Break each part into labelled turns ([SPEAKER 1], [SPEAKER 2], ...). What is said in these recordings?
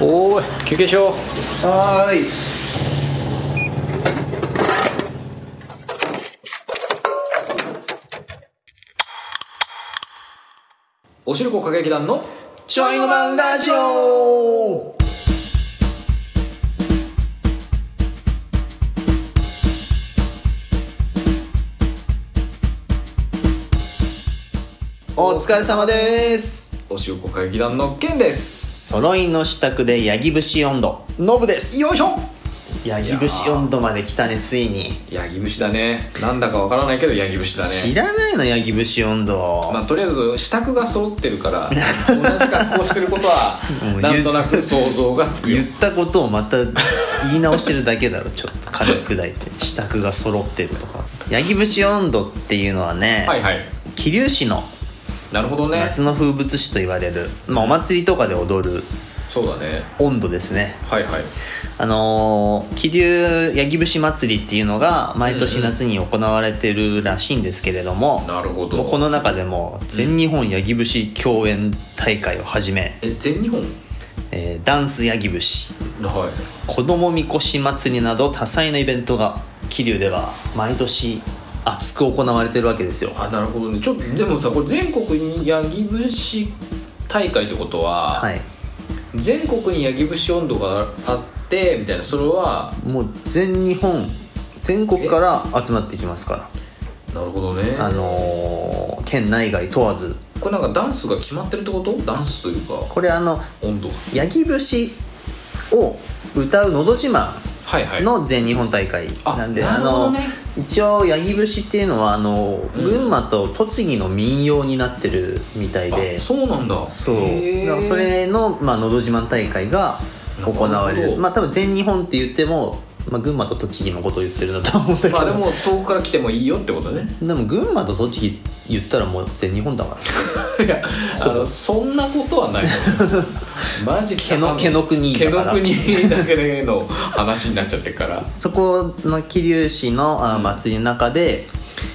[SPEAKER 1] おーい休憩しよう
[SPEAKER 2] はーい
[SPEAKER 1] おしるこ歌劇団の
[SPEAKER 2] ちょいのまんラジオお疲れ様です
[SPEAKER 1] おしるこ歌劇団のケンです
[SPEAKER 2] 揃いの支度でヤギ節温度ノブです
[SPEAKER 1] よいしょ
[SPEAKER 2] ヤギ節温度まで来たねついに、
[SPEAKER 1] ヤギ節だねなんだかわからないけどヤギ節だ
[SPEAKER 2] 知
[SPEAKER 1] ね
[SPEAKER 2] らないのヤギ節温度、
[SPEAKER 1] まあとりあえず支度が揃ってるから同じ格好してることは
[SPEAKER 2] もう
[SPEAKER 1] なんとなく想像がつくよ
[SPEAKER 2] 言ったことをまた言い直してるだけだろちょっ と軽く砕いて支度が揃ってるとか八木節温度っていうのはね、
[SPEAKER 1] はいはい
[SPEAKER 2] 桐生市の
[SPEAKER 1] なるほどね
[SPEAKER 2] 夏の風物詩と言われる、まあ、お祭りとかで踊る
[SPEAKER 1] そうだね
[SPEAKER 2] 温度ですね
[SPEAKER 1] はいはい
[SPEAKER 2] あのー桐生八木節祭りっていうのが毎年夏に行われてるらしいんですけれども、
[SPEAKER 1] なるほ
[SPEAKER 2] もうこ
[SPEAKER 1] ど
[SPEAKER 2] の中でも全日本八木節競演大会をはじめ、
[SPEAKER 1] え全日本
[SPEAKER 2] えーダンス八木節
[SPEAKER 1] はい
[SPEAKER 2] 子供みこし祭りなど多彩なイベントが桐生では毎年熱く行われてるわけですよ
[SPEAKER 1] あなるほどねちょっとでもさこれ全国にヤギ節大会ってことは、
[SPEAKER 2] はい
[SPEAKER 1] 全国にヤギ節温度があってみたいなそれは
[SPEAKER 2] もう全日本全国から集まってきますか
[SPEAKER 1] なるほどね
[SPEAKER 2] らあのー県内外問わず
[SPEAKER 1] これなんかダンスが決まってるってことダンスというか
[SPEAKER 2] これあの
[SPEAKER 1] 温度が
[SPEAKER 2] 八木節を歌う「のど自慢
[SPEAKER 1] はい」はい
[SPEAKER 2] の全日本大会なんで、
[SPEAKER 1] あな
[SPEAKER 2] あ
[SPEAKER 1] るほど
[SPEAKER 2] の
[SPEAKER 1] ね
[SPEAKER 2] 一応八木節っていうのはあの
[SPEAKER 1] ん
[SPEAKER 2] 群馬と栃木の民謡になってるみたいで、
[SPEAKER 1] あそうなんだ
[SPEAKER 2] そう
[SPEAKER 1] へー
[SPEAKER 2] だからそれの、まあ「のど自慢」大会が行われ
[SPEAKER 1] なる
[SPEAKER 2] る
[SPEAKER 1] ほど
[SPEAKER 2] まあ多分全日本って言っても、まあ、群馬と栃木のことを言ってるんだと思うんだけど、
[SPEAKER 1] まあでも遠くから来てもいいよってこと ね
[SPEAKER 2] でも群馬と栃木言ったらもう全日本だから
[SPEAKER 1] いやあのそんなことはない マジ
[SPEAKER 2] 毛の毛の国
[SPEAKER 1] 毛
[SPEAKER 2] だから
[SPEAKER 1] の国だけの話になっちゃってるから
[SPEAKER 2] そこの桐生市のあ祭りの中で、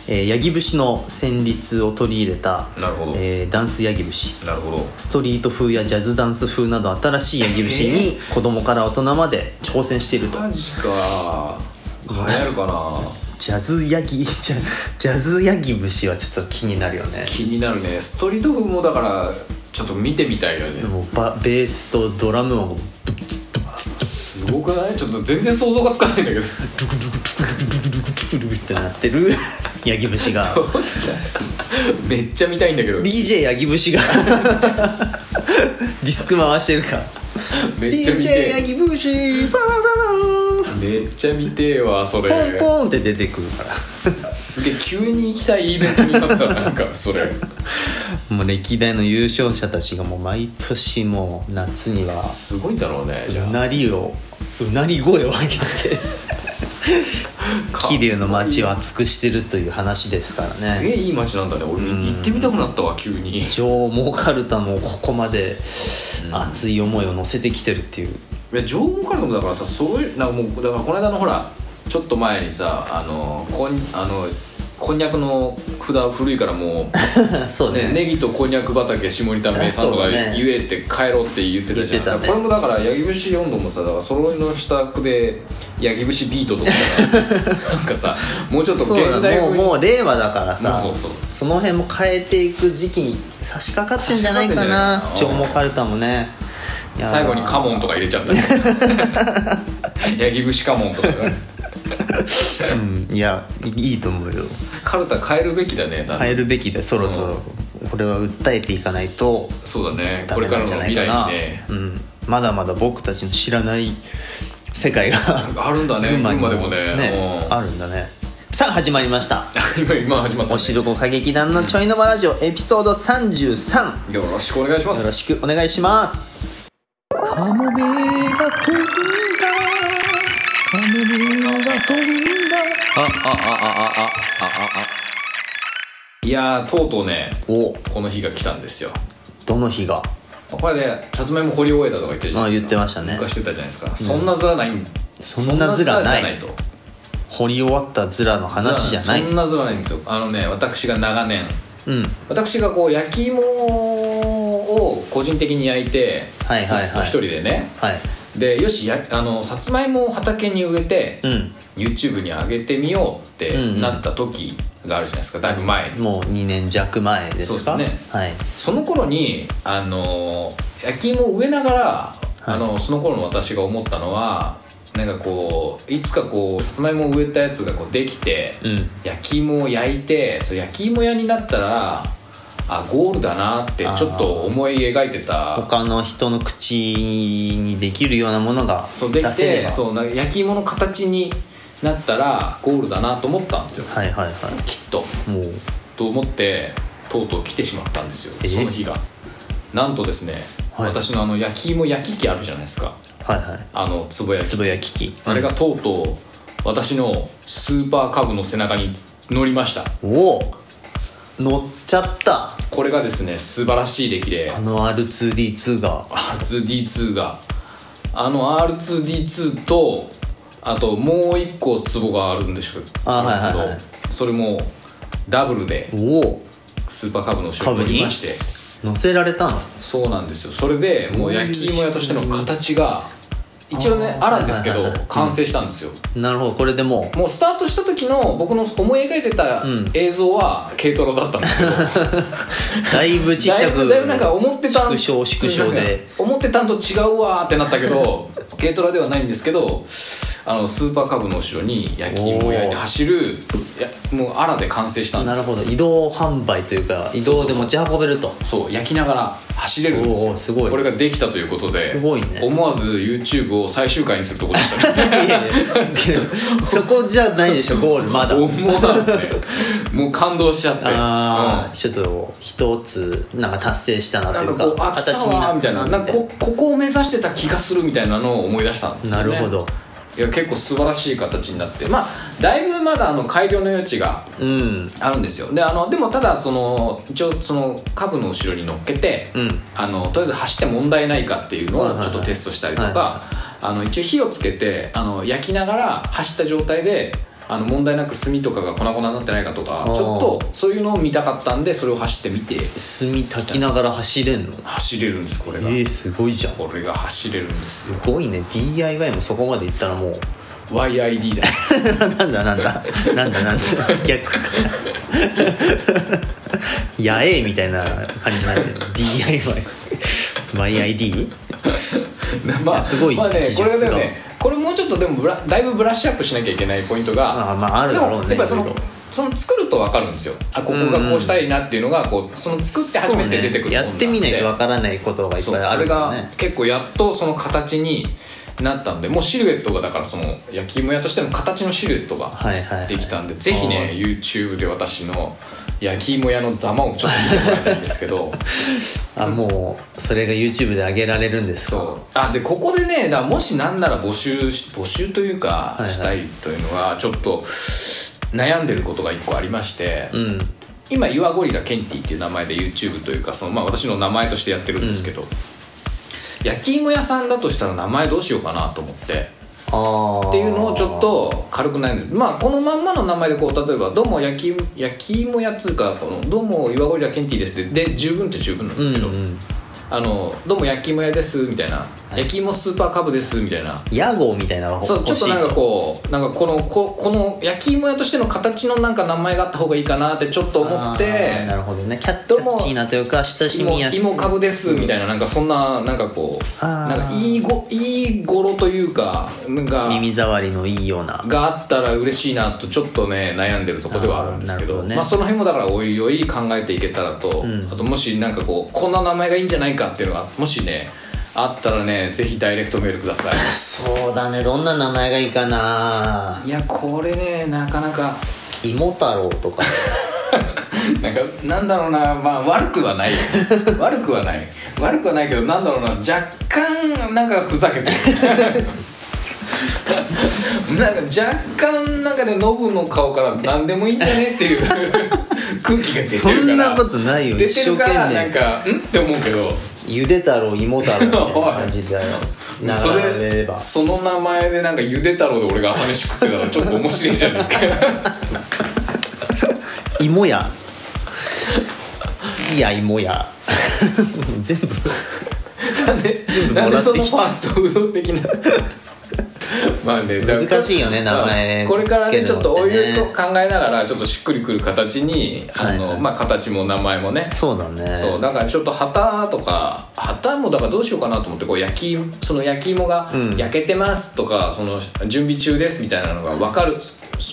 [SPEAKER 2] えー、八木節の旋律を取り入れた、
[SPEAKER 1] なるほど、
[SPEAKER 2] えーダンス八木節
[SPEAKER 1] なるほど
[SPEAKER 2] ストリート風やジャズダンス風など新しい八木節に子供から大人まで挑戦していると
[SPEAKER 1] マジか流行るかな
[SPEAKER 2] ジャズヤギ、ジャジャズヤギ節はちょっと気になるよね。
[SPEAKER 1] 気になるねストリート風もだからちょっと見てみたいよね
[SPEAKER 2] もうバベースとドラム音がドゥ
[SPEAKER 1] すごくないちょっと全然想像がつかないんだけど
[SPEAKER 2] クドゥクドゥクドゥクドゥクドゥクドゥクドゥクってなってるヤギ節が、
[SPEAKER 1] めっちゃ見たいんだけど
[SPEAKER 2] DJ ヤギ節が ディスク回してるか。
[SPEAKER 1] めっちゃ見
[SPEAKER 2] DJ ヤ
[SPEAKER 1] て
[SPEAKER 2] ギ節、ファラフ
[SPEAKER 1] えめっちゃ見てえわそれ
[SPEAKER 2] ァラン、ポンポンって出てくるから。
[SPEAKER 1] すげえ急に行きたいイベントになったなんかそれ
[SPEAKER 2] もう歴代の優勝者たちがもう毎年もう夏には
[SPEAKER 1] すごいんだろうねじゃ
[SPEAKER 2] うなりをうなり声を上げて。
[SPEAKER 1] あ
[SPEAKER 2] 桐生の街を熱くしてるという話ですから
[SPEAKER 1] すげ
[SPEAKER 2] ね
[SPEAKER 1] えいい街なんだね俺行ってみたくなったわ急に
[SPEAKER 2] 上毛かるたもここまで熱い思いを乗せてきてるっ ていう、
[SPEAKER 1] いや情報カルトもだからさそういうなんかもうだからこの間のほらちょっと前にさあのこんあのこんにゃくの札古いからも
[SPEAKER 2] そう
[SPEAKER 1] う、
[SPEAKER 2] ね
[SPEAKER 1] ね、ネギとこんにゃく畑下仁田名産とか
[SPEAKER 2] そうだね
[SPEAKER 1] 言えって帰ろうって言ってたじゃん、
[SPEAKER 2] 言ってたね
[SPEAKER 1] これもだから八木節温度もさだから揃いの支度で八木節ビートとか なんかさもうちょっと
[SPEAKER 2] そうだ
[SPEAKER 1] 現代
[SPEAKER 2] もう
[SPEAKER 1] 風に
[SPEAKER 2] もう令和だからさ
[SPEAKER 1] そうそうそう
[SPEAKER 2] の辺も変えていく時期に差し掛かってんじゃないか
[SPEAKER 1] 差し
[SPEAKER 2] な上
[SPEAKER 1] 掛かってんじゃないかな
[SPEAKER 2] 毛かるたもねいやー
[SPEAKER 1] 最後にカモンとか入れちゃったり 八木節カモンとか
[SPEAKER 2] うんいやいいと思うよ
[SPEAKER 1] カルタ変えるべきだねだ
[SPEAKER 2] 変えるべきでそろそろこれは訴えていかないと
[SPEAKER 1] そうだね
[SPEAKER 2] ダ
[SPEAKER 1] これ
[SPEAKER 2] メ
[SPEAKER 1] から
[SPEAKER 2] なんじゃ
[SPEAKER 1] の
[SPEAKER 2] ない
[SPEAKER 1] 未
[SPEAKER 2] か
[SPEAKER 1] 来
[SPEAKER 2] な
[SPEAKER 1] にね
[SPEAKER 2] うん、まだまだ僕たちの知らない世界が
[SPEAKER 1] あるんだね群馬
[SPEAKER 2] に
[SPEAKER 1] でもねうん
[SPEAKER 2] あるんだねさあ始まりました
[SPEAKER 1] 今今始まった、
[SPEAKER 2] おしるこ歌劇団のちょいのまラジオエピソード33よ
[SPEAKER 1] よろしくお願いしま
[SPEAKER 2] ろ
[SPEAKER 1] す
[SPEAKER 2] しくお願いします
[SPEAKER 3] カモメが飛んだカモメが飛んだ
[SPEAKER 1] ああああああああいやーとうとうね
[SPEAKER 2] お
[SPEAKER 1] この日が来たんですよ
[SPEAKER 2] どの日が
[SPEAKER 1] これでさつまいも掘り終えたとか言ってるじゃ
[SPEAKER 2] ま
[SPEAKER 1] な
[SPEAKER 2] あ
[SPEAKER 1] いです
[SPEAKER 2] 言っ
[SPEAKER 1] か
[SPEAKER 2] てましたね
[SPEAKER 1] 昔言ってたじゃないですか、そんなずらないん
[SPEAKER 2] そんなずらない
[SPEAKER 1] そんずらじゃと
[SPEAKER 2] 掘り終わったズラの話じゃない
[SPEAKER 1] そんなずらないんですよあのね私が長年
[SPEAKER 2] うん
[SPEAKER 1] 私がこう焼き芋をを個人的に焼いて
[SPEAKER 2] はいはいはい
[SPEAKER 1] 一つ一人でね
[SPEAKER 2] はい
[SPEAKER 1] でよしやあのさつまいもを畑に植えて、
[SPEAKER 2] うん
[SPEAKER 1] YouTube に上げてみようってなった時があるじゃないですかだいぶ前に
[SPEAKER 2] もう2年弱前です
[SPEAKER 1] そ
[SPEAKER 2] か
[SPEAKER 1] うですね
[SPEAKER 2] はい
[SPEAKER 1] その頃にあの焼き芋を植えながら、
[SPEAKER 2] い
[SPEAKER 1] あのその頃の私が思ったのはなんかこういつかこうさつまいもを植えたやつがこうできて、
[SPEAKER 2] うん
[SPEAKER 1] 焼き芋を焼いてそう焼き芋屋になったらあゴールだなってちょっと思い描いてた
[SPEAKER 2] 他の人の口にできるようなものが
[SPEAKER 1] そうで
[SPEAKER 2] 出
[SPEAKER 1] き
[SPEAKER 2] せれ
[SPEAKER 1] て
[SPEAKER 2] ば
[SPEAKER 1] そうなんか焼き芋の形になったらゴールだなと思ったんですよ
[SPEAKER 2] はいはいは
[SPEAKER 1] きっと
[SPEAKER 2] いもう
[SPEAKER 1] と思ってとうとう来てしまったんですよ
[SPEAKER 2] え
[SPEAKER 1] その日がなんとですね、
[SPEAKER 2] はい
[SPEAKER 1] 私のあの焼き芋焼き器あるじゃないですか
[SPEAKER 2] はいはい
[SPEAKER 1] あのつぼ焼
[SPEAKER 2] つ
[SPEAKER 1] き
[SPEAKER 2] ぶやき機
[SPEAKER 1] あれがとうとう私のスーパーカブの背中に乗りました
[SPEAKER 2] おお乗っちゃった
[SPEAKER 1] これがですね素晴らしい出来で
[SPEAKER 2] あの R2D2 が
[SPEAKER 1] R2D2 があの R2D2 とあともう一個ツボがあるんですけど
[SPEAKER 2] あはいはいはい
[SPEAKER 1] あるんですけどそれもダブルで
[SPEAKER 2] おお
[SPEAKER 1] スーパーカブの後ろに乗りまして
[SPEAKER 2] 乗せられたの
[SPEAKER 1] そうなんですよそれでもう焼き芋屋としての形が一応ね
[SPEAKER 2] あー
[SPEAKER 1] あるんですけ
[SPEAKER 2] はい
[SPEAKER 1] ど
[SPEAKER 2] はいはい
[SPEAKER 1] 完成したんですよ
[SPEAKER 2] なるほどこれでも
[SPEAKER 1] もうスタートした時の僕の思い描いてた
[SPEAKER 2] ん
[SPEAKER 1] 映像は軽トラだったんですけど
[SPEAKER 2] うだいぶ ちっ
[SPEAKER 1] だ
[SPEAKER 2] ちゃ
[SPEAKER 1] いぶ
[SPEAKER 2] く
[SPEAKER 1] だいぶなんか思ってたん
[SPEAKER 2] 縮小縮小で
[SPEAKER 1] 思ってたんと違うわーってなったけど軽トラではないんですけどあのスーパーカブの後ろに焼き芋を焼いて走るいやもうアラで完成したんで
[SPEAKER 2] な
[SPEAKER 1] す
[SPEAKER 2] る
[SPEAKER 1] よ
[SPEAKER 2] ほど移動販売というか移動で持ち運べると
[SPEAKER 1] そう焼きながら走れるんです
[SPEAKER 2] おーお
[SPEAKER 1] よ
[SPEAKER 2] ーすごい
[SPEAKER 1] これができたということです
[SPEAKER 2] ごいね
[SPEAKER 1] 思わず YouTube を最終回にするところでしたね
[SPEAKER 2] いやいやいやそこじゃないでしょゴールまだ
[SPEAKER 1] 思わずねもう感動しちゃって
[SPEAKER 2] ああ、ちょっと一つなんか達成したな
[SPEAKER 1] うん
[SPEAKER 2] とい
[SPEAKER 1] な
[SPEAKER 2] うんか
[SPEAKER 1] かこうあった
[SPEAKER 2] 形に
[SPEAKER 1] わ
[SPEAKER 2] な
[SPEAKER 1] ーみたいななんかこここを目指してた気がするみたいなのを思い出したんです
[SPEAKER 2] な
[SPEAKER 1] よ、
[SPEAKER 2] る
[SPEAKER 1] ね、
[SPEAKER 2] ほど
[SPEAKER 1] いや結構素晴らしい形になってまあだいぶまだあの改良の余地が
[SPEAKER 2] うん
[SPEAKER 1] あるんですよであのでもただその一応その株の後ろに乗っけて、
[SPEAKER 2] うん
[SPEAKER 1] あのとりあえず走って問題ないかっていうの
[SPEAKER 2] はいはい
[SPEAKER 1] を
[SPEAKER 2] はい
[SPEAKER 1] ちょっとテストしたりと
[SPEAKER 2] はいは
[SPEAKER 1] かあの一応火をつけてあの焼きながら走った状態であの問題なく炭とかが粉々になってないかとか
[SPEAKER 2] あー
[SPEAKER 1] ちょっとそういうのを見たかったんでそれを走ってみて
[SPEAKER 2] 炭炊きながら走れんの
[SPEAKER 1] 走れるんですこれ
[SPEAKER 2] え
[SPEAKER 1] が、
[SPEAKER 2] ー、すごいじゃん
[SPEAKER 1] これが走れるんです
[SPEAKER 2] すごいね DIY もそこまでいったらもう
[SPEAKER 1] YID だ
[SPEAKER 2] なんだなんだなんだなんだ逆かやえみたいな感じになってる DIYYID?
[SPEAKER 1] まあ
[SPEAKER 2] すごい
[SPEAKER 1] まあね
[SPEAKER 2] 技
[SPEAKER 1] こ
[SPEAKER 2] 術が
[SPEAKER 1] れだよねこれもうちょっとでもブラだいぶブラッシュアップしなきゃいけないポイントが
[SPEAKER 2] あーまああるだろうね
[SPEAKER 1] でもやっぱりそ
[SPEAKER 2] いろ
[SPEAKER 1] の
[SPEAKER 2] いろ
[SPEAKER 1] その作ると分かるんですよあここがこうしたいなっていうのがこうその作って初めて出てくるもん
[SPEAKER 2] や
[SPEAKER 1] なんで
[SPEAKER 2] ってみないとわからないことがいっ
[SPEAKER 1] そう
[SPEAKER 2] ぱいあ
[SPEAKER 1] それ
[SPEAKER 2] るから
[SPEAKER 1] が
[SPEAKER 2] ね
[SPEAKER 1] 結構やっとその形になったんでもうシルエットがだからその焼き芋屋としての形のシルエットが
[SPEAKER 2] はいはいはい
[SPEAKER 1] できたんで、ぜひ
[SPEAKER 2] あ
[SPEAKER 1] ね YouTube で私の焼き芋屋のざまをちょっと見てもらいたいんですけど
[SPEAKER 2] あもうそれが YouTube で上げられるんですか
[SPEAKER 1] そうあでここでねだからもしなんなら募集し募集というか
[SPEAKER 2] はいはい
[SPEAKER 1] したいというのがちょっと悩んでることが一個ありまして、
[SPEAKER 2] うん
[SPEAKER 1] 今ユアゴリラケンティっていう名前で YouTube というかその、まあ、私の名前としてやってるんですけど、焼き芋屋さんだとしたら名前どうしようかなと思って
[SPEAKER 2] ああ
[SPEAKER 1] っていうのをちょっと軽くないんですまあこのまんまの名前でこう例えば「どうも焼き焼き芋屋」つうかこの「どうも岩ゴリラケンティです」でで十分って十分なんですけど「
[SPEAKER 2] うんうん
[SPEAKER 1] あのどうも焼き芋屋です」みたいな「焼き芋スーパーカブです」みたいな。
[SPEAKER 2] 屋号みたいなのが
[SPEAKER 1] そう
[SPEAKER 2] 欲
[SPEAKER 1] ちょっ
[SPEAKER 2] し
[SPEAKER 1] と
[SPEAKER 2] い
[SPEAKER 1] なんかこうなんかこのここの焼き芋屋としての形のなんか名前があった方がいいかなってちょっと思って
[SPEAKER 2] あーなるほどねキャッキ
[SPEAKER 1] ど
[SPEAKER 2] ャ
[SPEAKER 1] うも
[SPEAKER 2] ッチーなというか親しみやすい
[SPEAKER 1] 芋芋株ですみたいななんかそんななんかこう
[SPEAKER 2] あー
[SPEAKER 1] なんかいいごいい頃というかなんか
[SPEAKER 2] 耳障りのいいような
[SPEAKER 1] があったら嬉しいなとちょっとね悩んでるとこではあるんですけど
[SPEAKER 2] あーなるほどね
[SPEAKER 1] まあ、その辺もだからおいおい考えていけたらと、
[SPEAKER 2] ん
[SPEAKER 1] あともしなんかこうこんな名前がいいんじゃないかっていうのがもしねあったらねぜひダイレクトメールください
[SPEAKER 2] そうだねどんな名前がいいか ない
[SPEAKER 1] やこれねなかなか
[SPEAKER 2] 芋太郎とか
[SPEAKER 1] なんかなんだろうなまあ悪くは ないよ悪くはない悪くはないけどなんだろうな若干なんかふざけてる なんか若干なんかねノブの顔から何でもいいんじゃねっていう 空気 が出てるから
[SPEAKER 2] そんなことないよ
[SPEAKER 1] 出
[SPEAKER 2] 一
[SPEAKER 1] て
[SPEAKER 2] 生
[SPEAKER 1] るか
[SPEAKER 2] 懸
[SPEAKER 1] らなん
[SPEAKER 2] 命
[SPEAKER 1] かんって思うけど
[SPEAKER 2] ゆで太郎芋太郎みたいな感じで
[SPEAKER 1] そ
[SPEAKER 2] 並べれ
[SPEAKER 1] れ
[SPEAKER 2] ば
[SPEAKER 1] その名前でなんかゆで太郎で俺が朝飯食ってたらちょっと面白いじゃないか
[SPEAKER 2] 芋や好きや芋や 全部
[SPEAKER 1] なんで
[SPEAKER 2] 部
[SPEAKER 1] なん
[SPEAKER 2] も
[SPEAKER 1] で
[SPEAKER 2] らってきて
[SPEAKER 1] そのファーストうどん的なまあねだから
[SPEAKER 2] 難しいよね名前
[SPEAKER 1] これからねち
[SPEAKER 2] つけ
[SPEAKER 1] ょっ
[SPEAKER 2] るの
[SPEAKER 1] と
[SPEAKER 2] って
[SPEAKER 1] おいおい
[SPEAKER 2] ね
[SPEAKER 1] と考えながらちょっとしっくりくる形にあの、
[SPEAKER 2] はいはい
[SPEAKER 1] まあ形も名前もね
[SPEAKER 2] そうだね
[SPEAKER 1] そうだからちょっと旗とか旗もだからどうしようかなと思ってこう焼きその焼き芋が
[SPEAKER 2] うん
[SPEAKER 1] 焼けてますとか、その準備中ですみたいなのが分かる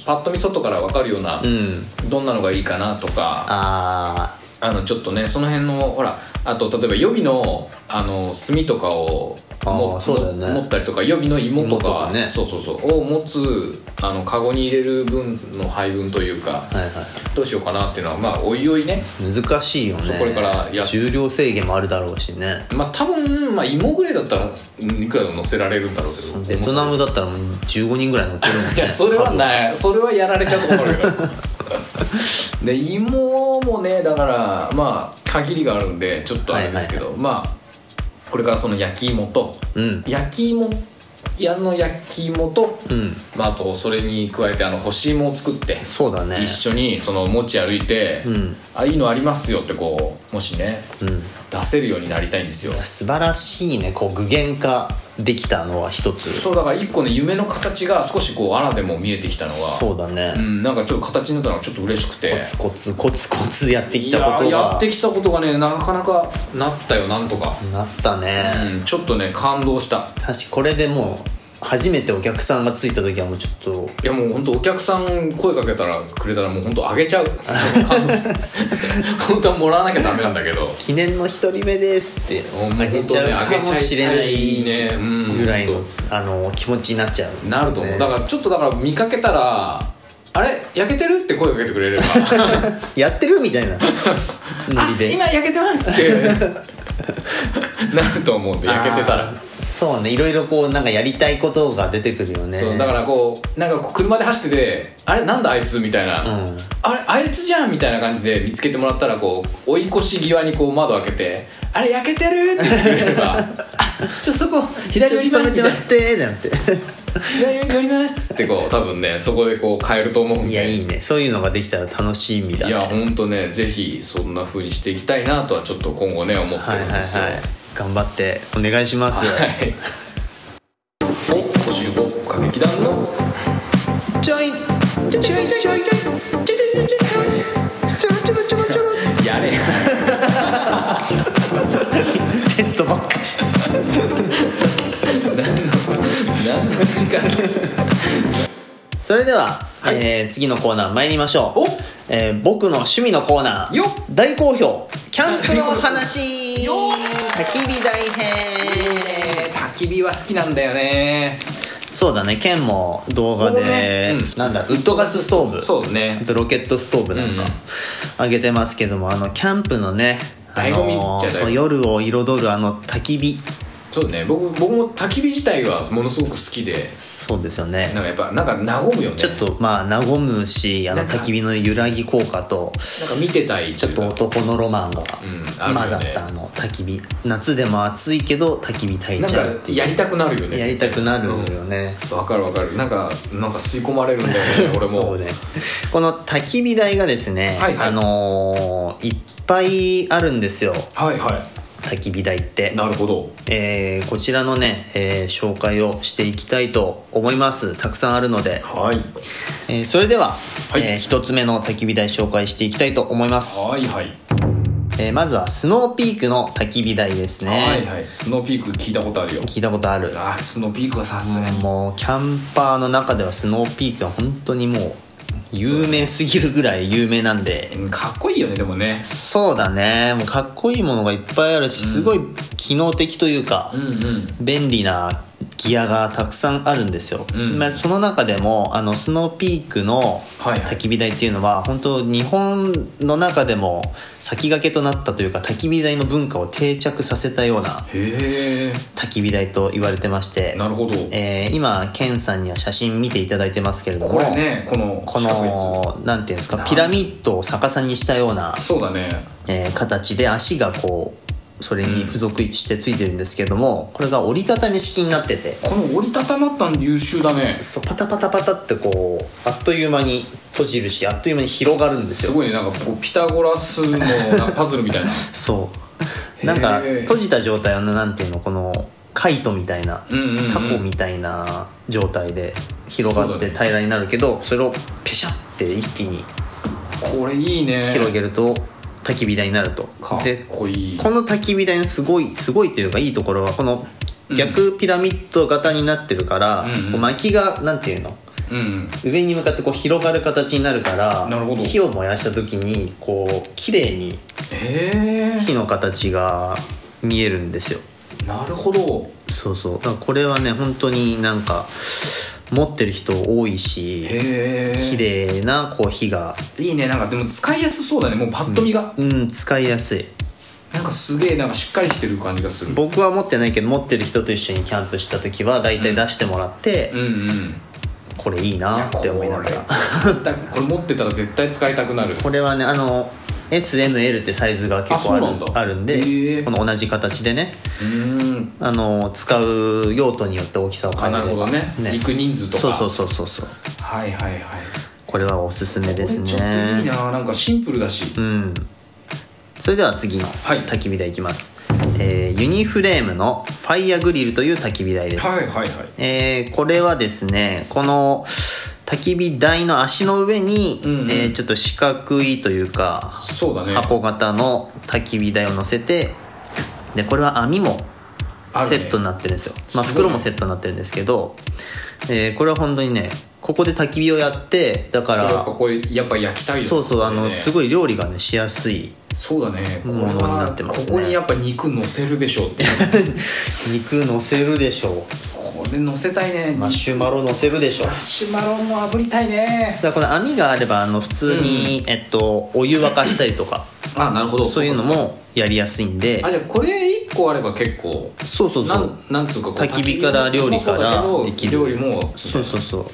[SPEAKER 1] パッと見外から分かるような、
[SPEAKER 2] うん
[SPEAKER 1] どんなのがいいかなとか
[SPEAKER 2] あ
[SPEAKER 1] あのちょっとねその辺のほらあと例えば予備のあの炭とかを
[SPEAKER 2] あー
[SPEAKER 1] も
[SPEAKER 2] そうだよね
[SPEAKER 1] 持ったりとか予備の芋とか
[SPEAKER 2] 芋とかね
[SPEAKER 1] そうそうそうを持つあのカゴに入れる分の配分というか
[SPEAKER 2] ーはいは
[SPEAKER 1] どうしようかなっていうのはまあおいおいね
[SPEAKER 2] い難しいよ
[SPEAKER 1] そう
[SPEAKER 2] ね
[SPEAKER 1] これからやっ
[SPEAKER 2] 重量制限もあるだろうしね
[SPEAKER 1] まあ多分、まあ、芋ぐらいだったらうんいくらでも乗せられるんだろうけど
[SPEAKER 2] ベトナムだったらもう15人ぐらい乗ってるもんね
[SPEAKER 1] いやそれはないそれはやられちゃうと 思うけどで芋もねだからまあ限りがあるんでちょっとあれですけど、まあこれからその焼き芋と
[SPEAKER 2] うん
[SPEAKER 1] 焼き芋屋の焼き芋と、
[SPEAKER 2] うん
[SPEAKER 1] まあ、あとそれに加えてあの干し芋を作って
[SPEAKER 2] そうだね
[SPEAKER 1] 一緒にその持ち歩いて、
[SPEAKER 2] うん
[SPEAKER 1] あいいのありますよってこうもしね
[SPEAKER 2] うん
[SPEAKER 1] 出せるようになりたいんですよ
[SPEAKER 2] 素晴らしいねこう具現化できたのは一つ
[SPEAKER 1] そうだから一個ね夢の形が少しこうあらでも見えてきたのが
[SPEAKER 2] そうだね、
[SPEAKER 1] うん、なんかちょっと形になったのがちょっと嬉しくて
[SPEAKER 2] コツコツコツコツやってきたこと
[SPEAKER 1] いやや
[SPEAKER 2] が
[SPEAKER 1] ってきたことがねなかなかなったよなんとか、
[SPEAKER 2] なったね、
[SPEAKER 1] うん、ちょっとね感動した
[SPEAKER 2] 確かこれでもう初めてお客さんがついた時はもうちょっと
[SPEAKER 1] いやもう本当お客さん声かけたらくれたらもう本当あげち ゃう感動本当はもらわなきゃダメなんだけど
[SPEAKER 2] 記念の一人目ですって
[SPEAKER 1] もう
[SPEAKER 2] あげちゃう
[SPEAKER 1] 本当ね
[SPEAKER 2] かもしれな
[SPEAKER 1] あげちゃいたいねうん
[SPEAKER 2] いぐらいの
[SPEAKER 1] 本
[SPEAKER 2] あの気持ちになっちゃう
[SPEAKER 1] なると思う、だからちょっとだから見かけたらあれ焼けてるって声かけてくれ れば
[SPEAKER 2] やってるみた いなノリで
[SPEAKER 1] 今焼けて ますってなると思うんで焼けてたら
[SPEAKER 2] あーそうねいろいろこうなんかやりたいことが出てくるよね
[SPEAKER 1] そうだからこうなんかこう車で走ってて「あれなんだあいつ」みたいな「
[SPEAKER 2] うん
[SPEAKER 1] あれあいつじゃん」みたいな感じで見つけてもらったらこう追い越し際にこう窓開けて「あれ焼けてる」って言ってくれれ ば「あちょそこ左寄りま
[SPEAKER 2] 止
[SPEAKER 1] す」
[SPEAKER 2] め
[SPEAKER 1] み
[SPEAKER 2] て
[SPEAKER 1] たいな
[SPEAKER 2] 待 ってなんて
[SPEAKER 1] 「左寄ります」ってこう多分ねそこでこう変えると思うんで
[SPEAKER 2] いやいいねそういうのができたら楽しみだ
[SPEAKER 1] い
[SPEAKER 2] ね
[SPEAKER 1] やほんとねぜひそんな風にしていきたいなとはちょっと今後ね思って
[SPEAKER 2] はい
[SPEAKER 1] る
[SPEAKER 2] はい
[SPEAKER 1] ん
[SPEAKER 2] は
[SPEAKER 1] ですよ
[SPEAKER 2] い頑張ってお願いします
[SPEAKER 1] はいお55歌劇団の
[SPEAKER 2] ちょいちょいちょいちょいちょいちょろちょろちょろちょろ
[SPEAKER 1] や れ
[SPEAKER 2] テストばっかして
[SPEAKER 1] 何の時間
[SPEAKER 2] それでは、えー次のコーナー参りましょう
[SPEAKER 1] お、
[SPEAKER 2] えー僕の趣味のコーナー
[SPEAKER 1] よっ
[SPEAKER 2] 大好評キャンプの話
[SPEAKER 1] よ
[SPEAKER 2] 焚き火大
[SPEAKER 1] え
[SPEAKER 2] 編
[SPEAKER 1] ー焚き火は好きなんだよね
[SPEAKER 2] そうだねケンも動画
[SPEAKER 1] ここね
[SPEAKER 2] で、
[SPEAKER 1] うん
[SPEAKER 2] なんだウッドガスストーブ
[SPEAKER 1] そう
[SPEAKER 2] あ
[SPEAKER 1] ね
[SPEAKER 2] とロケットストーブなんか
[SPEAKER 1] うん
[SPEAKER 2] あげてますけども、あのキャンプのねあ
[SPEAKER 1] 醍醐味
[SPEAKER 2] の
[SPEAKER 1] っちゃ醍醐味
[SPEAKER 2] そう夜を彩るあの焚き火
[SPEAKER 1] そうね僕僕も焚き火自体はものすごく好きで
[SPEAKER 2] そうですよね
[SPEAKER 1] なんかやっぱなんか和むよね
[SPEAKER 2] ちょっとまあ和むしあの
[SPEAKER 1] なんか
[SPEAKER 2] 焚き火の揺らぎ効果と
[SPEAKER 1] なんか見てたい
[SPEAKER 2] ちょっと
[SPEAKER 1] と
[SPEAKER 2] 男のロマンが
[SPEAKER 1] あるよね
[SPEAKER 2] 混ざったあの焚き火夏でも暑いけど焚き火
[SPEAKER 1] い
[SPEAKER 2] 焚
[SPEAKER 1] う
[SPEAKER 2] い
[SPEAKER 1] か
[SPEAKER 2] ちゃ
[SPEAKER 1] な
[SPEAKER 2] うんっ
[SPEAKER 1] か
[SPEAKER 2] てい
[SPEAKER 1] や
[SPEAKER 2] う
[SPEAKER 1] りたくなるよね
[SPEAKER 2] やりたくなるよね、
[SPEAKER 1] わかるわかるなんかなんか吸い込まれるんだよね俺も
[SPEAKER 2] そうねこの焚き火台がですね、
[SPEAKER 1] はいはい
[SPEAKER 2] あのーいっぱいあるんですよ
[SPEAKER 1] はいはい
[SPEAKER 2] 焚き火台って
[SPEAKER 1] なるほど
[SPEAKER 2] えーこちらのね、えー紹介をしていきたいと思いますたくさんあるので、
[SPEAKER 1] はい
[SPEAKER 2] えーそれでは、
[SPEAKER 1] はい
[SPEAKER 2] え1つ目の焚き火台紹介していきたいと思います、
[SPEAKER 1] はいはい
[SPEAKER 2] えーまずはスノーピークの焚き火台ですね、
[SPEAKER 1] はいはいスノーピーク聞いたことあるよ
[SPEAKER 2] 聞いたことある
[SPEAKER 1] あースノーピークはさすがに
[SPEAKER 2] もうキャンパーの中ではスノーピークは本当にもう有名すぎるぐらい有名なんで
[SPEAKER 1] うんかっこいいよねでもね
[SPEAKER 2] そうだねもうかっこいいものがいっぱいあるしすごい機能的というか
[SPEAKER 1] うんうん
[SPEAKER 2] 便利なギアがたくさんあるんですよ、
[SPEAKER 1] うん
[SPEAKER 2] まあ、その中でもあのスノーピークの
[SPEAKER 1] はいはい
[SPEAKER 2] 焚き火台っていうのは本当日本の中でも先駆けとなったというか焚き火台の文化を定着させたような
[SPEAKER 1] へ
[SPEAKER 2] 焚き火台と言われてまして
[SPEAKER 1] えなるほど
[SPEAKER 2] えー今ケンさんには写真見ていただいてますけれども
[SPEAKER 1] これねこの
[SPEAKER 2] こ
[SPEAKER 1] 四角いや
[SPEAKER 2] のなんていうんですか
[SPEAKER 1] なん
[SPEAKER 2] ピラミッドを逆さにしたような
[SPEAKER 1] つ、そうだね
[SPEAKER 2] えー形で足がこうそれに付属してついてるんですけども、これが折りたたみ式になってて
[SPEAKER 1] この折りたたまったの優秀だね
[SPEAKER 2] そうパタパタパタってこうあっという間に閉じるしあっという間に広がるんです
[SPEAKER 1] す
[SPEAKER 2] よ
[SPEAKER 1] ごいねなんかこうピタゴラスのなんかパズルみたいな
[SPEAKER 2] そうなんか
[SPEAKER 1] へえ
[SPEAKER 2] 閉じた状態あのなんていうのこのカイトみたいな、
[SPEAKER 1] うんうんうん
[SPEAKER 2] タコみたいな状態で広がっ
[SPEAKER 1] そ
[SPEAKER 2] て
[SPEAKER 1] うだね
[SPEAKER 2] 平らになるけどそ,、れをペシャって一気に
[SPEAKER 1] これいいね
[SPEAKER 2] 広げると焚き火台になると
[SPEAKER 1] かっ
[SPEAKER 2] で
[SPEAKER 1] こいい
[SPEAKER 2] この焚き火台のすごいすごいというかいいところはこの逆ピラミッド型になってるから、
[SPEAKER 1] うんうん
[SPEAKER 2] こう薪がなんていうの
[SPEAKER 1] うん
[SPEAKER 2] 上に向かってこう広がる形になるから
[SPEAKER 1] なるほど
[SPEAKER 2] 火を燃やした時にこう綺麗に
[SPEAKER 1] へ
[SPEAKER 2] 火の形が見えるんですよ
[SPEAKER 1] えなるほど
[SPEAKER 2] そうそうだからこれはね本当になんか持ってる人多いし
[SPEAKER 1] へえ
[SPEAKER 2] 綺麗なこう火が、
[SPEAKER 1] いいねなんかでも使いやすそうだねもうパッと見が、
[SPEAKER 2] うん、使いやすい
[SPEAKER 1] なんかすげえなんかしっかりしてる感じがする
[SPEAKER 2] 僕は持ってないけど持ってる人と一緒にキャンプした時は大体出してもらって、
[SPEAKER 1] うんうん
[SPEAKER 2] これいいなって思いながら
[SPEAKER 1] これ だこれ持ってたら絶対使いたくなる
[SPEAKER 2] これはねあの SML ってサイズが
[SPEAKER 1] あ
[SPEAKER 2] 結
[SPEAKER 1] そ
[SPEAKER 2] 構
[SPEAKER 1] う
[SPEAKER 2] ある
[SPEAKER 1] なんだ
[SPEAKER 2] あるん
[SPEAKER 1] へ
[SPEAKER 2] で
[SPEAKER 1] え
[SPEAKER 2] この同じ形でね
[SPEAKER 1] うーん
[SPEAKER 2] あの使う用途によって大きさを
[SPEAKER 1] あ
[SPEAKER 2] 変え
[SPEAKER 1] な
[SPEAKER 2] れ
[SPEAKER 1] るほど
[SPEAKER 2] ば
[SPEAKER 1] ね行く人数とか
[SPEAKER 2] そうそうそうそうそう
[SPEAKER 1] はいはいはい
[SPEAKER 2] これはおすすめですね
[SPEAKER 1] これちょっといいななんかシンプルだし、
[SPEAKER 2] うんそれでは次の
[SPEAKER 1] はい
[SPEAKER 2] 焚き火台いきます、えーユニフレームのファイヤーグリルという焚き火台です、
[SPEAKER 1] はいはいはい
[SPEAKER 2] えーこれはですねこの焚き火台の足の上に、
[SPEAKER 1] うんうん
[SPEAKER 2] えーちょっと四角いというか
[SPEAKER 1] そうだね
[SPEAKER 2] 箱型の焚き火台を乗せてでこれは網も
[SPEAKER 1] ある
[SPEAKER 2] セ
[SPEAKER 1] ね
[SPEAKER 2] ットになってるんですよまあ、
[SPEAKER 1] すごいね
[SPEAKER 2] 袋もセットになってるんですけど、えーこれは本当にねここで焚き火をやってだか
[SPEAKER 1] これ
[SPEAKER 2] ら
[SPEAKER 1] はこれやっぱ焼きたいよ
[SPEAKER 2] そうそうあの、
[SPEAKER 1] ね
[SPEAKER 2] すごい料理がねしやすい
[SPEAKER 1] そうだねこれ
[SPEAKER 2] ものにな
[SPEAKER 1] は
[SPEAKER 2] ってま
[SPEAKER 1] こ
[SPEAKER 2] すね
[SPEAKER 1] こにやっぱ肉乗せるでしょうっていう
[SPEAKER 2] 肉乗せるでしょ
[SPEAKER 1] これ乗せたいね
[SPEAKER 2] うマシュマロ乗せるでしょう
[SPEAKER 1] マシュマロも炙りたいね
[SPEAKER 2] だからこの網があればあの普通に、えっと、お湯沸かしたりとか
[SPEAKER 1] あなるほど
[SPEAKER 2] そういうのもやりやすいんで
[SPEAKER 1] あじゃあこれ一個あれば結構
[SPEAKER 2] そうそうそ
[SPEAKER 1] な
[SPEAKER 2] うん
[SPEAKER 1] なんつうかこう
[SPEAKER 2] 焚き火から料理からできる
[SPEAKER 1] 料理も
[SPEAKER 2] そうそうそう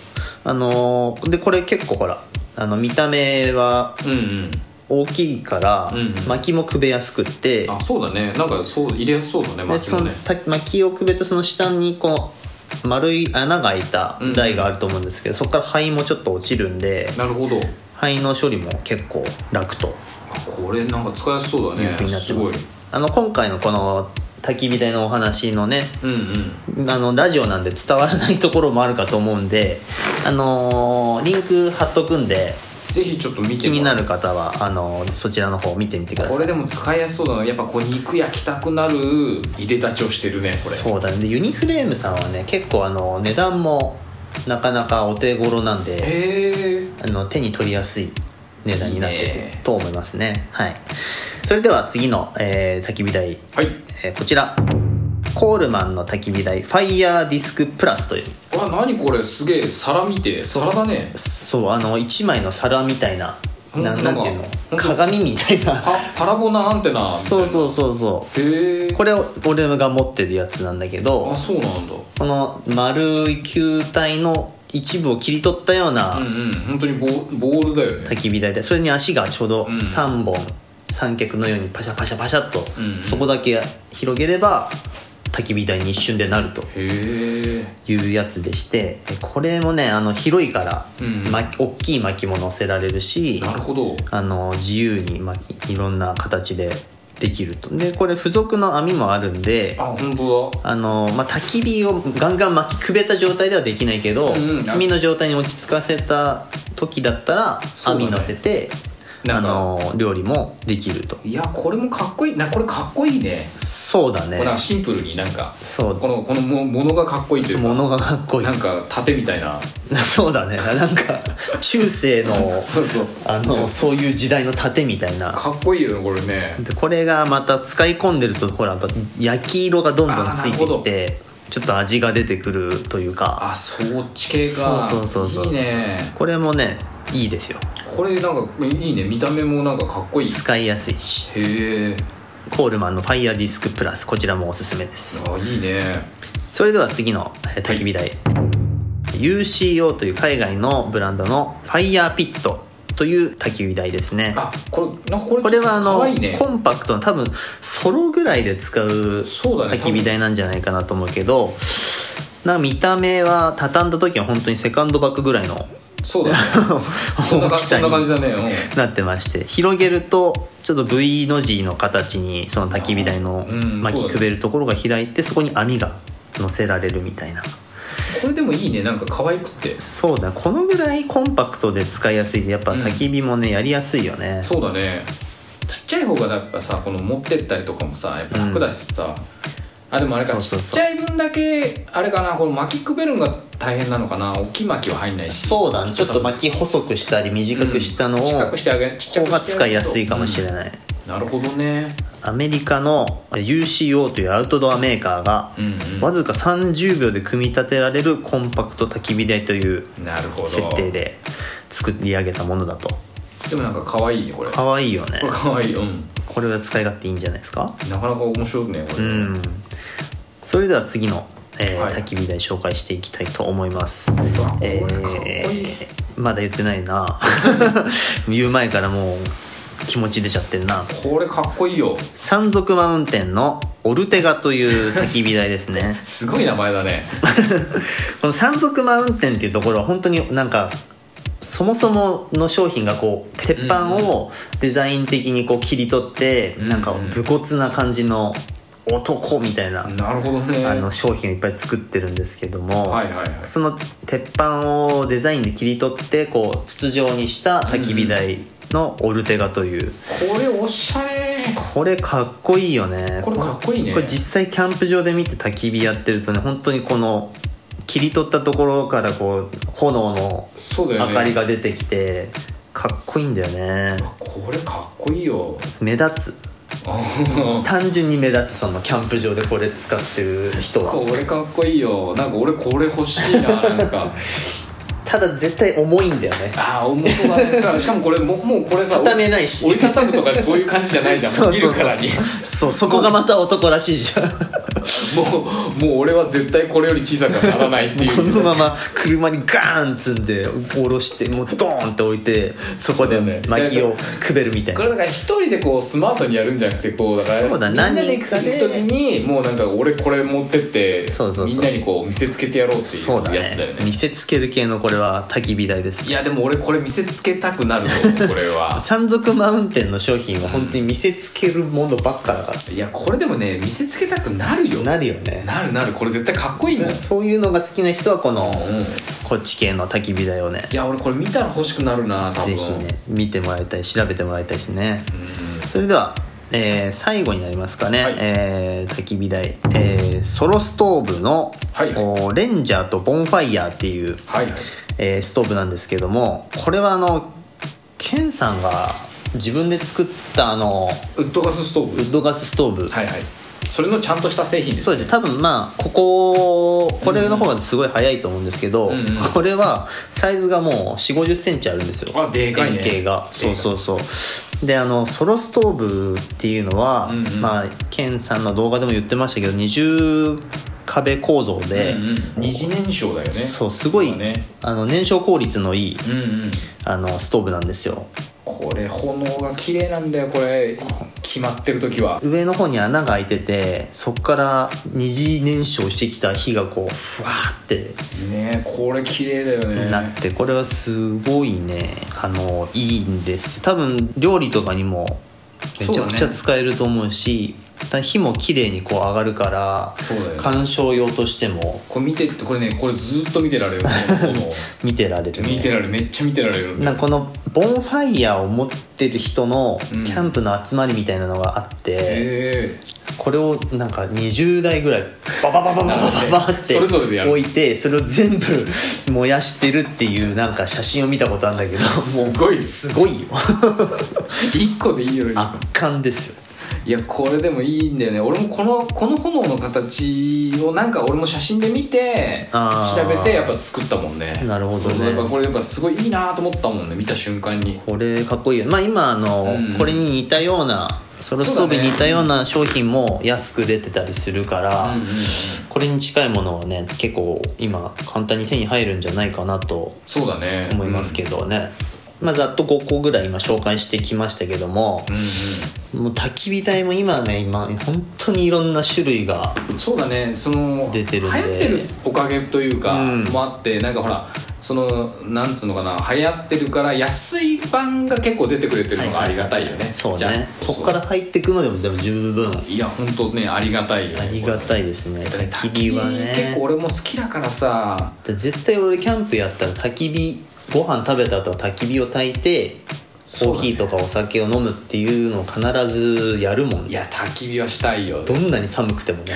[SPEAKER 2] あのーでこれ結構ほらあの見た目は
[SPEAKER 1] うんうん
[SPEAKER 2] 大きいから、
[SPEAKER 1] うんうん
[SPEAKER 2] 薪もくべやすくって
[SPEAKER 1] あそうだねなんかそう入れやすそうだね
[SPEAKER 2] で
[SPEAKER 1] 巻
[SPEAKER 2] そ
[SPEAKER 1] も
[SPEAKER 2] の
[SPEAKER 1] ね
[SPEAKER 2] た薪をくべてその下にこう丸い穴が開いた台があると思うんですけど、そこから灰もちょっと落ちるんで
[SPEAKER 1] なるほど
[SPEAKER 2] 灰の処理も結構楽と
[SPEAKER 1] これなんか使いやすそうだ
[SPEAKER 2] いう
[SPEAKER 1] ね
[SPEAKER 2] ふうになって
[SPEAKER 1] す
[SPEAKER 2] ま
[SPEAKER 1] ご
[SPEAKER 2] す
[SPEAKER 1] い
[SPEAKER 2] あの今回のこの焚き火台のお話のね
[SPEAKER 1] うんうん
[SPEAKER 2] あのラジオなんで伝わらないところもあるかと思うんであのーリンク貼っとくんで
[SPEAKER 1] ぜひちょっと見ても
[SPEAKER 2] 気にな
[SPEAKER 1] る
[SPEAKER 2] る方はあのーそちらの方見てみてください
[SPEAKER 1] これでも使いやすそうだなやっぱこう肉焼きたくなる入れたちをしてるねこれ
[SPEAKER 2] そうだねでユニフレームさんはね結構あの値段もなかなかお手頃なんで
[SPEAKER 1] へえ
[SPEAKER 2] あの手に取りやすい値段になって
[SPEAKER 1] いい
[SPEAKER 2] る
[SPEAKER 1] ね
[SPEAKER 2] と思いますねはいそれでは次の、えー焚き火台、
[SPEAKER 1] はい
[SPEAKER 2] えーこちらコールマンの焚き火台ファイヤーディスクプラスという
[SPEAKER 1] わ何これすげえ皿見て皿だね
[SPEAKER 2] そうあの一枚の皿みたいなな
[SPEAKER 1] ほ
[SPEAKER 2] ん
[SPEAKER 1] ん
[SPEAKER 2] な
[SPEAKER 1] とだ
[SPEAKER 2] んていうの
[SPEAKER 1] ほんと
[SPEAKER 2] 鏡みたいな
[SPEAKER 1] パパラボナアンテナ
[SPEAKER 2] そう
[SPEAKER 1] う
[SPEAKER 2] そうそうそ
[SPEAKER 1] へえ
[SPEAKER 2] うこれを俺が持ってるやつなんだけど
[SPEAKER 1] あそうなんだ
[SPEAKER 2] この丸い球体の一部を切り取ったよう
[SPEAKER 1] うん
[SPEAKER 2] な
[SPEAKER 1] うん本当にボボールだよね
[SPEAKER 2] 焚き火台でそれに足がちょうど
[SPEAKER 1] うん
[SPEAKER 2] 3本、三脚のようにパシャパシャパシャっと、
[SPEAKER 1] うんうん
[SPEAKER 2] そこだけ広げれば焚き火台に一瞬でなると
[SPEAKER 1] へえ
[SPEAKER 2] いうやつでしてえこれもねあの広いから、
[SPEAKER 1] うん
[SPEAKER 2] ま、大きい薪も乗せられるし
[SPEAKER 1] なるほど
[SPEAKER 2] あの自由に、まあ、いろんな形でできるとでこれ付属の網もあるんで
[SPEAKER 1] あ本当だ
[SPEAKER 2] あの、まあ、焚き火をガンガン巻きくべた状態ではできないけど、
[SPEAKER 1] うんうん
[SPEAKER 2] 炭の状態に落ち着かせた時だったら、
[SPEAKER 1] そうだね
[SPEAKER 2] 網乗せて
[SPEAKER 1] な
[SPEAKER 2] あ
[SPEAKER 1] んか
[SPEAKER 2] の料理もできると
[SPEAKER 1] いやこれもかっこいいなこれかっこいいね
[SPEAKER 2] そうだね
[SPEAKER 1] これなんかシンプルになんか
[SPEAKER 2] そう
[SPEAKER 1] このこのもものがかっこいいというか
[SPEAKER 2] 物がかっこいい
[SPEAKER 1] なんか盾みたいな
[SPEAKER 2] そうだねなんか中世の
[SPEAKER 1] う そう
[SPEAKER 2] あのそういう時代の盾みたいな
[SPEAKER 1] かっこいいよねこれね
[SPEAKER 2] でこれがまた使い込んでるとほらやっぱ焼き色がどんどんつ
[SPEAKER 1] あ
[SPEAKER 2] いて
[SPEAKER 1] ーなる
[SPEAKER 2] き
[SPEAKER 1] ほ
[SPEAKER 2] てちょっと味が出てくるというか
[SPEAKER 1] あそっち系か
[SPEAKER 2] そうそうそうそう
[SPEAKER 1] いいね
[SPEAKER 2] これもねいいですよ
[SPEAKER 1] これなんかいいね見た目もなんかかっこいい
[SPEAKER 2] 使いやすいし
[SPEAKER 1] へえ
[SPEAKER 2] コールマンのファイヤーディスクプラスこちらもおすすめです
[SPEAKER 1] あいいね
[SPEAKER 2] それでは次のえー焚き火台、UCO という海外のブランドのファイヤーピットという焚き火台ですね
[SPEAKER 1] あこれなんかこれ
[SPEAKER 2] これはあ
[SPEAKER 1] か
[SPEAKER 2] の
[SPEAKER 1] わいいね
[SPEAKER 2] コンパクトな多分ソロぐらいで使う
[SPEAKER 1] そうだね
[SPEAKER 2] 焚き火台なんじゃないかなと思うけどなんか見た目は畳んだ時は本当にセカンドバッグぐらいの
[SPEAKER 1] そうだね そんな
[SPEAKER 2] 大
[SPEAKER 1] 感
[SPEAKER 2] き
[SPEAKER 1] じそ
[SPEAKER 2] さ
[SPEAKER 1] んな
[SPEAKER 2] に
[SPEAKER 1] 感じだね、うん、
[SPEAKER 2] なってまして広げるとちょっと V の字の形にその焚き火台の
[SPEAKER 1] うん
[SPEAKER 2] 巻
[SPEAKER 1] そ
[SPEAKER 2] き
[SPEAKER 1] うだね
[SPEAKER 2] くべるところが開いてそこに網が乗せられるみたいな
[SPEAKER 1] これでもいいねなんか可愛くって
[SPEAKER 2] そうだこのぐらいコンパクトで使いやすいでやっぱ
[SPEAKER 1] うん
[SPEAKER 2] 焚き火もね、やりやすいよね
[SPEAKER 1] そうだねちっちゃい方がやっぱさこの持ってったりとかもさやっぱ楽だしさ、あでもあれか
[SPEAKER 2] そうそうそ
[SPEAKER 1] ち
[SPEAKER 2] う
[SPEAKER 1] っちゃい分だけあれかなこの巻きくべるのが大変なのかな大きい巻きは入んないし
[SPEAKER 2] そうだねちょっと巻き細くしたり短くしたのを、
[SPEAKER 1] 近く
[SPEAKER 2] こ
[SPEAKER 1] してあげちっちゃく
[SPEAKER 2] こ
[SPEAKER 1] してあ
[SPEAKER 2] が
[SPEAKER 1] げると
[SPEAKER 2] 使いやすいかもしれない、
[SPEAKER 1] なるほどね
[SPEAKER 2] アメリカの UCO というアウトドアメーカーが
[SPEAKER 1] うんうん
[SPEAKER 2] わずか30秒で組み立てられるコンパクト焚き火台という
[SPEAKER 1] なるほど
[SPEAKER 2] 設定で作り上げたものだと
[SPEAKER 1] でもなんか可愛いねこれこ
[SPEAKER 2] 可愛いよね
[SPEAKER 1] れ可愛いうん
[SPEAKER 2] これは使い勝手いいんじゃないですか
[SPEAKER 1] なかなか面白いねこ
[SPEAKER 2] う
[SPEAKER 1] れ、
[SPEAKER 2] んそれでは次の、えー
[SPEAKER 1] はい
[SPEAKER 2] 焚き火台紹介していきたいと思います
[SPEAKER 1] うわこれ
[SPEAKER 2] え
[SPEAKER 1] かっこいい、
[SPEAKER 2] ーまだ言ってないな 言う前からもう気持ち出ちゃってるな
[SPEAKER 1] これかっこいいよ
[SPEAKER 2] 山賊マウンテンのオルテガという焚き火台ですね
[SPEAKER 1] すごい名前だね
[SPEAKER 2] この山賊マウンテンっていうところは本当になんかそもそもの商品がこう鉄板をデザイン的にこう切り取って、
[SPEAKER 1] うん
[SPEAKER 2] なんか武骨な感じの男みたいな、
[SPEAKER 1] なるほどね
[SPEAKER 2] あの商品をいっぱい作ってるんですけども、
[SPEAKER 1] はいはいはい
[SPEAKER 2] その鉄板をデザインで切り取ってこう筒状にした焚き火台のオルテガという、
[SPEAKER 1] これおしゃれ
[SPEAKER 2] これかっこいいよね
[SPEAKER 1] これかっこいいね
[SPEAKER 2] これ実際キャンプ場で見て焚き火やってるとね本当にこの切り取ったところからこう炎の
[SPEAKER 1] そうだよね
[SPEAKER 2] 明かりが出てきてかっこいいんだよね
[SPEAKER 1] これかっこいいよ
[SPEAKER 2] 目立つ単純に目立つそのキャンプ場でこれ使ってる人は
[SPEAKER 1] これかっこいいよなんか俺これ欲しいななんか
[SPEAKER 2] ただ絶対重いんだよね
[SPEAKER 1] ああ重そうだねさしかもこれももうこれさ
[SPEAKER 2] 畳めないし
[SPEAKER 1] 折りたたむとかそういう感じじゃないじゃん
[SPEAKER 2] そう
[SPEAKER 1] 見
[SPEAKER 2] そ
[SPEAKER 1] る
[SPEAKER 2] う
[SPEAKER 1] か
[SPEAKER 2] そう
[SPEAKER 1] らに
[SPEAKER 2] そうそこがまた男らしいじゃんこ
[SPEAKER 1] もうもう俺は絶対これより小さくはならないっていう
[SPEAKER 2] のまま車にガーン積んで下ろしてもうドーンって置いてそこで薪をくべるみたい
[SPEAKER 1] こ
[SPEAKER 2] な
[SPEAKER 1] れだから一人でこうスマートにやるんじゃなくてこうだから
[SPEAKER 2] そうだ
[SPEAKER 1] みんなで行
[SPEAKER 2] 何人か
[SPEAKER 1] く
[SPEAKER 2] で
[SPEAKER 1] 時にもうなんか俺これ持ってって
[SPEAKER 2] そうそうそ
[SPEAKER 1] み
[SPEAKER 2] う
[SPEAKER 1] んなにこう見せつけてやろうってい
[SPEAKER 2] そうだ
[SPEAKER 1] う
[SPEAKER 2] ね
[SPEAKER 1] やつだよね
[SPEAKER 2] 見せつける系のこれは焚き火台です
[SPEAKER 1] いやでも俺これ見せつけたくなると思うこれは
[SPEAKER 2] 山賊マウンテンの商品は本当に見せつけるものばっかだから、
[SPEAKER 1] いやこれでもね見せつけたくなるよな
[SPEAKER 2] なるよね
[SPEAKER 1] るなるこれ絶対かっこいいんだよ、
[SPEAKER 2] そういうのが好きな人はこの、
[SPEAKER 1] うん、い
[SPEAKER 2] こっち系の焚き火台をね
[SPEAKER 1] や俺これ見たら欲しくなるな多分
[SPEAKER 2] ぜひね見てもらいたい調べてもらいたいですね
[SPEAKER 1] うん
[SPEAKER 2] それでは、えー最後になりますかね、
[SPEAKER 1] はい
[SPEAKER 2] えー焚き火台、えーソロストーブの、
[SPEAKER 1] はい
[SPEAKER 2] おレンジャーとボンファイヤーっていう、
[SPEAKER 1] はい
[SPEAKER 2] えーストーブなんですけどもこれはあのケンさんが自分で作ったあの
[SPEAKER 1] ウッドガスストーブ
[SPEAKER 2] ウ
[SPEAKER 1] で
[SPEAKER 2] ッ
[SPEAKER 1] す
[SPEAKER 2] ドガスストーブ、
[SPEAKER 1] はいはいそれのちゃんとした製品です
[SPEAKER 2] そうですね多分まあこここれの方がすごい早いと思うんですけど、
[SPEAKER 1] うんうん
[SPEAKER 2] これはサイズがもう4 5 0センチあるんですよ
[SPEAKER 1] あでかいね
[SPEAKER 2] 円形が
[SPEAKER 1] でか
[SPEAKER 2] そ
[SPEAKER 1] いう
[SPEAKER 2] そうそうであのソロストーブっていうのは、
[SPEAKER 1] うんうん
[SPEAKER 2] まあケンさんの動画でも言ってましたけど二重壁構造で、
[SPEAKER 1] うんうん、二次燃焼だよね
[SPEAKER 2] そうすごい、
[SPEAKER 1] これはね
[SPEAKER 2] あの燃焼効率のいい
[SPEAKER 1] うんうん
[SPEAKER 2] あのストーブなんですよ
[SPEAKER 1] これ炎が綺麗なんだよこれ決まってる時は
[SPEAKER 2] 上の方に穴が開いててそこから二次燃焼してきた火がこうふわーって
[SPEAKER 1] ねこれ綺麗だよね
[SPEAKER 2] なってこれはすごいねあのいいんです多分料理とかにもめちゃく
[SPEAKER 1] そ
[SPEAKER 2] ち
[SPEAKER 1] うだ
[SPEAKER 2] ゃ
[SPEAKER 1] ね
[SPEAKER 2] 使えると思うしだ火も綺麗にこう上がるから
[SPEAKER 1] そうだよね
[SPEAKER 2] 鑑賞用としても
[SPEAKER 1] これ見てこれねこれずっと見てら れるこの炎
[SPEAKER 2] 見てられる、ね、
[SPEAKER 1] 見てられるめっちゃ見てられる
[SPEAKER 2] なんかこのボンファイヤーを持ってる人のキ
[SPEAKER 1] うん
[SPEAKER 2] ャンプの集まりみたいなのがあって、
[SPEAKER 1] え
[SPEAKER 2] これをなんか20台ぐらいババババババババって
[SPEAKER 1] それぞれでやる
[SPEAKER 2] 置いてそれを全部燃やしてるっていうなんか写真を見たことあるんだけど
[SPEAKER 1] す
[SPEAKER 2] も
[SPEAKER 1] ごいう
[SPEAKER 2] すごいよ
[SPEAKER 1] 1個でいいよね
[SPEAKER 2] 圧巻ですよ
[SPEAKER 1] いやこれでもいいんだよね俺もこのこの炎の形をなんか俺も写真で見て
[SPEAKER 2] あ
[SPEAKER 1] 調
[SPEAKER 2] ー
[SPEAKER 1] べてやっぱ作ったもんね
[SPEAKER 2] なるほどね
[SPEAKER 1] そうそうやっぱこれやっぱすごいいいなと思ったもんね見た瞬間に
[SPEAKER 2] これかっこいいよまあ今あの、
[SPEAKER 1] うん
[SPEAKER 2] これに似たようなソロストーブに似たような商品も安く出てたりするから、
[SPEAKER 1] うんうんうん
[SPEAKER 2] これに近いものはね結構今簡単に手に入るんじゃないかなと
[SPEAKER 1] そうだね
[SPEAKER 2] 思いますけどね、まあ、ざっと5個ぐらい今紹介してきましたけども、もう焚き火台も今ね今本当にいろんな種類が
[SPEAKER 1] そうだねその
[SPEAKER 2] 出てるんで
[SPEAKER 1] 流行ってるおかげというか、
[SPEAKER 2] うん
[SPEAKER 1] もあってなんかほらそのなんつうのかな流行ってるから安い版が結構出てくれてるのがありがたいよね、
[SPEAKER 2] そう
[SPEAKER 1] じゃ
[SPEAKER 2] ね
[SPEAKER 1] あ
[SPEAKER 2] そこから入っていくのでもでも十分
[SPEAKER 1] いや本当ねありがたいよ
[SPEAKER 2] あ
[SPEAKER 1] ね
[SPEAKER 2] りがたいですね焚
[SPEAKER 1] 焚き
[SPEAKER 2] き火
[SPEAKER 1] 火
[SPEAKER 2] は
[SPEAKER 1] 結
[SPEAKER 2] ね
[SPEAKER 1] 構俺も好きだからさ
[SPEAKER 2] 絶対俺キャンプやったら焚き火ご飯食べた後は焚き火を焚いて
[SPEAKER 1] そう
[SPEAKER 2] コ
[SPEAKER 1] だ
[SPEAKER 2] ー
[SPEAKER 1] ね
[SPEAKER 2] ヒーとかお酒を飲むっていうのを必ずやるもん
[SPEAKER 1] いや焚き火はしたいよ
[SPEAKER 2] どんなに寒くてもね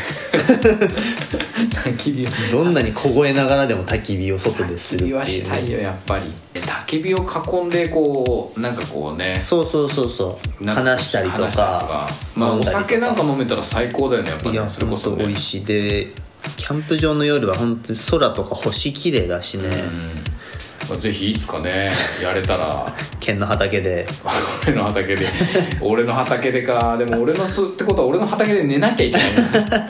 [SPEAKER 1] 焚き火は
[SPEAKER 2] どんなに凍えながらでも焚き火を外です
[SPEAKER 1] 焚
[SPEAKER 2] る
[SPEAKER 1] き
[SPEAKER 2] って
[SPEAKER 1] 火は
[SPEAKER 2] いう
[SPEAKER 1] した
[SPEAKER 2] ね、
[SPEAKER 1] いよやっぱり焚き火を囲んでこうなんかこうね
[SPEAKER 2] そうそうそうそう
[SPEAKER 1] なんか
[SPEAKER 2] 話したりとか
[SPEAKER 1] 話したりとかまあ
[SPEAKER 2] 飲ん
[SPEAKER 1] お
[SPEAKER 2] だりとか
[SPEAKER 1] 酒なんか飲めたら最高だよねやっぱ
[SPEAKER 2] い
[SPEAKER 1] り
[SPEAKER 2] や
[SPEAKER 1] それ
[SPEAKER 2] 本
[SPEAKER 1] こそ
[SPEAKER 2] 当
[SPEAKER 1] ね
[SPEAKER 2] 美味しいでキャンプ場の夜は本当に空とか星綺麗だしね、
[SPEAKER 1] まあぜひいつかねやれたら
[SPEAKER 2] 県の畑で
[SPEAKER 1] 俺の畑で俺の畑でかでも俺のすってことは俺の畑で寝なきゃいけないんだ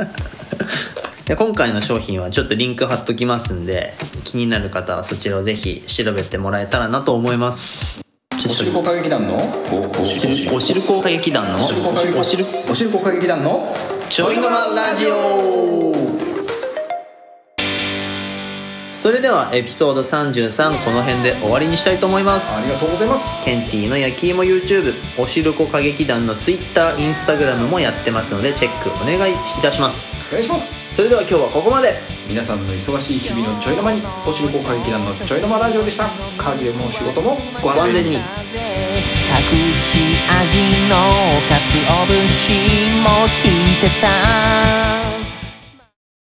[SPEAKER 2] で今回の商品はちょっとリンク貼っときますんで気になる方はそちらをぜひ調べてもらえたらなと思います
[SPEAKER 1] おしるこ歌劇団のおし
[SPEAKER 2] おしるこ歌劇団のおしるこ
[SPEAKER 1] おしるこ歌劇団の
[SPEAKER 2] ちょいのらラジオそれではエピソード33この辺で終わりにしたいと思います
[SPEAKER 1] ありがとうございます
[SPEAKER 2] ケンティーの焼き芋 YouTube おしるこ歌劇団の TwitterInstagram もやってますのでチェックお願いいたします
[SPEAKER 1] お願いします
[SPEAKER 2] それでは今日はここまで
[SPEAKER 1] 皆さんの忙しい日々のちょいの間におしるこ歌劇団のちょいの間ラジオでした家事も仕事もご
[SPEAKER 2] ご
[SPEAKER 1] 安
[SPEAKER 2] 安
[SPEAKER 1] 全
[SPEAKER 2] 全
[SPEAKER 1] に
[SPEAKER 2] に
[SPEAKER 4] 隠し味の鰹節も聞いてた